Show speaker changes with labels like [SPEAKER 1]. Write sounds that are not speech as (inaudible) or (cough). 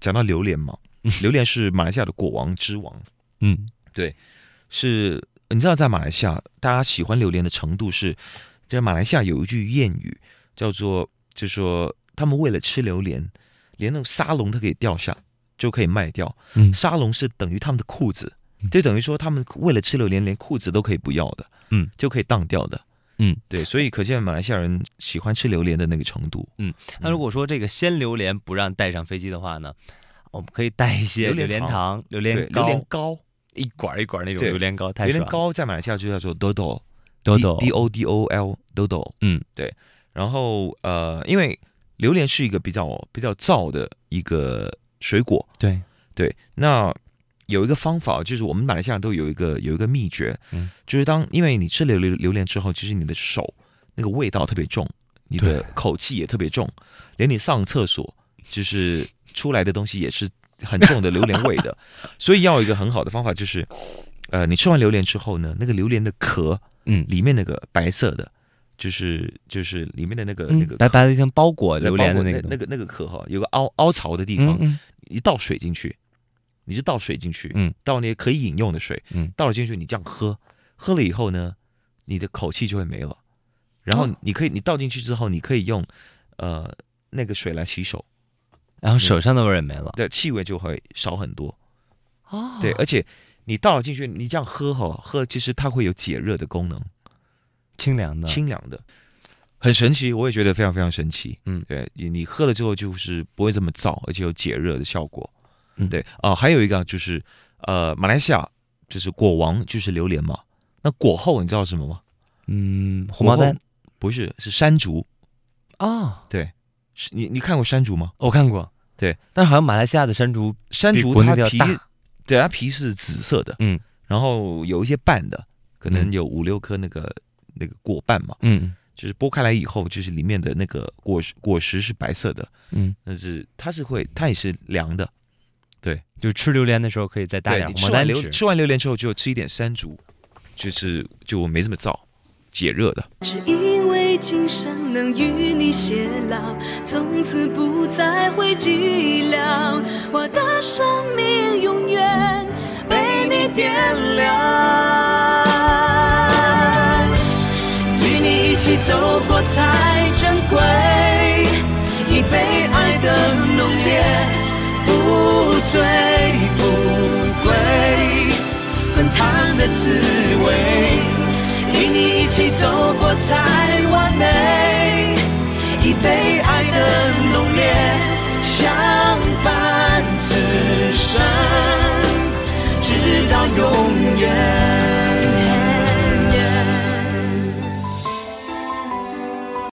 [SPEAKER 1] 讲到榴莲嘛，榴莲是马来西亚的果王之王，
[SPEAKER 2] 嗯，
[SPEAKER 1] 是你知道在马来西亚大家喜欢榴莲的程度是，在马来西亚有一句谚语叫做，就说他们为了吃榴莲，连那种沙龙都可以掉下，就可以卖掉。
[SPEAKER 2] 嗯
[SPEAKER 1] 沙龙是等于他们的裤子
[SPEAKER 2] 嗯，
[SPEAKER 1] 就等于说他们为了吃榴莲，连裤子都可以不要的，
[SPEAKER 2] 嗯，
[SPEAKER 1] 就可以当掉的，
[SPEAKER 2] 嗯，
[SPEAKER 1] 对，所以可见马来西亚人喜欢吃榴莲的那个程度。嗯
[SPEAKER 2] 那如果说这个鲜榴莲不让带上飞机的话呢，我们可以带一些
[SPEAKER 1] 榴
[SPEAKER 2] 榴
[SPEAKER 1] 莲
[SPEAKER 2] 莲
[SPEAKER 1] 糖
[SPEAKER 2] 糖、榴
[SPEAKER 1] 对，
[SPEAKER 2] 莲
[SPEAKER 1] 榴
[SPEAKER 2] 糕
[SPEAKER 1] 莲，糕，
[SPEAKER 2] 一管儿一管儿那种
[SPEAKER 1] 对
[SPEAKER 2] 榴莲糕，太
[SPEAKER 1] 榴
[SPEAKER 2] 爽
[SPEAKER 1] 莲
[SPEAKER 2] 了。
[SPEAKER 1] 糕在马来西亚就叫做 dodo，
[SPEAKER 2] 豆豆
[SPEAKER 1] d o d o l dodo，
[SPEAKER 2] 嗯，
[SPEAKER 1] 对。然后呃，因为榴莲是一个比较比较燥的一个水果，
[SPEAKER 2] 对，
[SPEAKER 1] 对。那有一个方法，就是我们马来西亚都有一个有一个秘诀，
[SPEAKER 2] 嗯
[SPEAKER 1] 就是当因为你吃榴榴榴莲之后，其实你的手那个味道特别重，你的
[SPEAKER 2] 对
[SPEAKER 1] 口气也特别重，连你上厕所就是出来的东西也是很重的榴莲味
[SPEAKER 2] (laughs)
[SPEAKER 1] 的。所以要有一个很好的方法就是，呃，你吃完榴莲之后呢，那个榴莲的壳
[SPEAKER 2] 嗯，
[SPEAKER 1] 里面那个白色的，就是就是里面的那个、那
[SPEAKER 2] 嗯
[SPEAKER 1] 个
[SPEAKER 2] 白
[SPEAKER 1] 壳
[SPEAKER 2] 白的像包裹
[SPEAKER 1] 那
[SPEAKER 2] 榴莲
[SPEAKER 1] 包
[SPEAKER 2] 的
[SPEAKER 1] 括
[SPEAKER 2] 个
[SPEAKER 1] 那
[SPEAKER 2] 东西
[SPEAKER 1] 个那个壳哈，有个凹凹槽的地
[SPEAKER 2] 嗯
[SPEAKER 1] 方，
[SPEAKER 2] 嗯
[SPEAKER 1] 一倒水进去，你就倒水进去，
[SPEAKER 2] 嗯，
[SPEAKER 1] 倒那些可以饮用的水，
[SPEAKER 2] 嗯，
[SPEAKER 1] 倒了进去，你这样喝，喝了以后呢，你的口气就会没了，然
[SPEAKER 2] 哦
[SPEAKER 1] 后你可以，你倒进去之后，你可以用，呃，那个水来洗手，
[SPEAKER 2] 哦然后手上的味儿也没了。
[SPEAKER 1] 的气味就会少很多，
[SPEAKER 2] 哦
[SPEAKER 1] 对，而呃且你倒了进去，你这样喝哈，喝其实它会有解热的功能，
[SPEAKER 2] 清凉的。
[SPEAKER 1] 清凉的。很神奇，我也觉得非常非常神奇。
[SPEAKER 2] 嗯
[SPEAKER 1] 对你你喝了之后就是不会这么燥，而且有解热的效果。
[SPEAKER 2] 嗯
[SPEAKER 1] 对啊、还有一个就是呃，马来西亚就是果王就是榴莲嘛，那果后你知道什么吗？
[SPEAKER 2] 嗯，红毛丹
[SPEAKER 1] 果后不是是山竹，
[SPEAKER 2] 啊，
[SPEAKER 1] 是你你看过山竹吗？
[SPEAKER 2] 我看过。
[SPEAKER 1] 对，
[SPEAKER 2] 但是好像马来西亚的山竹，
[SPEAKER 1] 山
[SPEAKER 2] 比
[SPEAKER 1] 竹
[SPEAKER 2] 国内
[SPEAKER 1] 它
[SPEAKER 2] 的要
[SPEAKER 1] 皮
[SPEAKER 2] 大
[SPEAKER 1] 对它皮是紫色的，
[SPEAKER 2] 嗯
[SPEAKER 1] 然后有一些瓣的，可能
[SPEAKER 2] 嗯
[SPEAKER 1] 有五六颗那个那个果瓣嘛，
[SPEAKER 2] 嗯
[SPEAKER 1] 就是剥开来以后，就是里面的那个果实果实是白色的，
[SPEAKER 2] 嗯，
[SPEAKER 1] 但是它是会，它也是凉的。
[SPEAKER 2] 就是吃榴莲的时候可以再搭
[SPEAKER 1] 对
[SPEAKER 2] 点
[SPEAKER 1] 你
[SPEAKER 2] 红毛
[SPEAKER 1] 吃完
[SPEAKER 2] 丹
[SPEAKER 1] 榴
[SPEAKER 2] 吃。
[SPEAKER 1] 吃完榴莲之后，就吃一点山竹，就是就没这么燥，解热的。
[SPEAKER 3] 只因为今生能与你偕老，从此不再会寂寥。我的生命永远被你点亮，与你一起走过才珍贵，已被爱的浓烈不醉不归。滚烫的滋味，与你一起走过才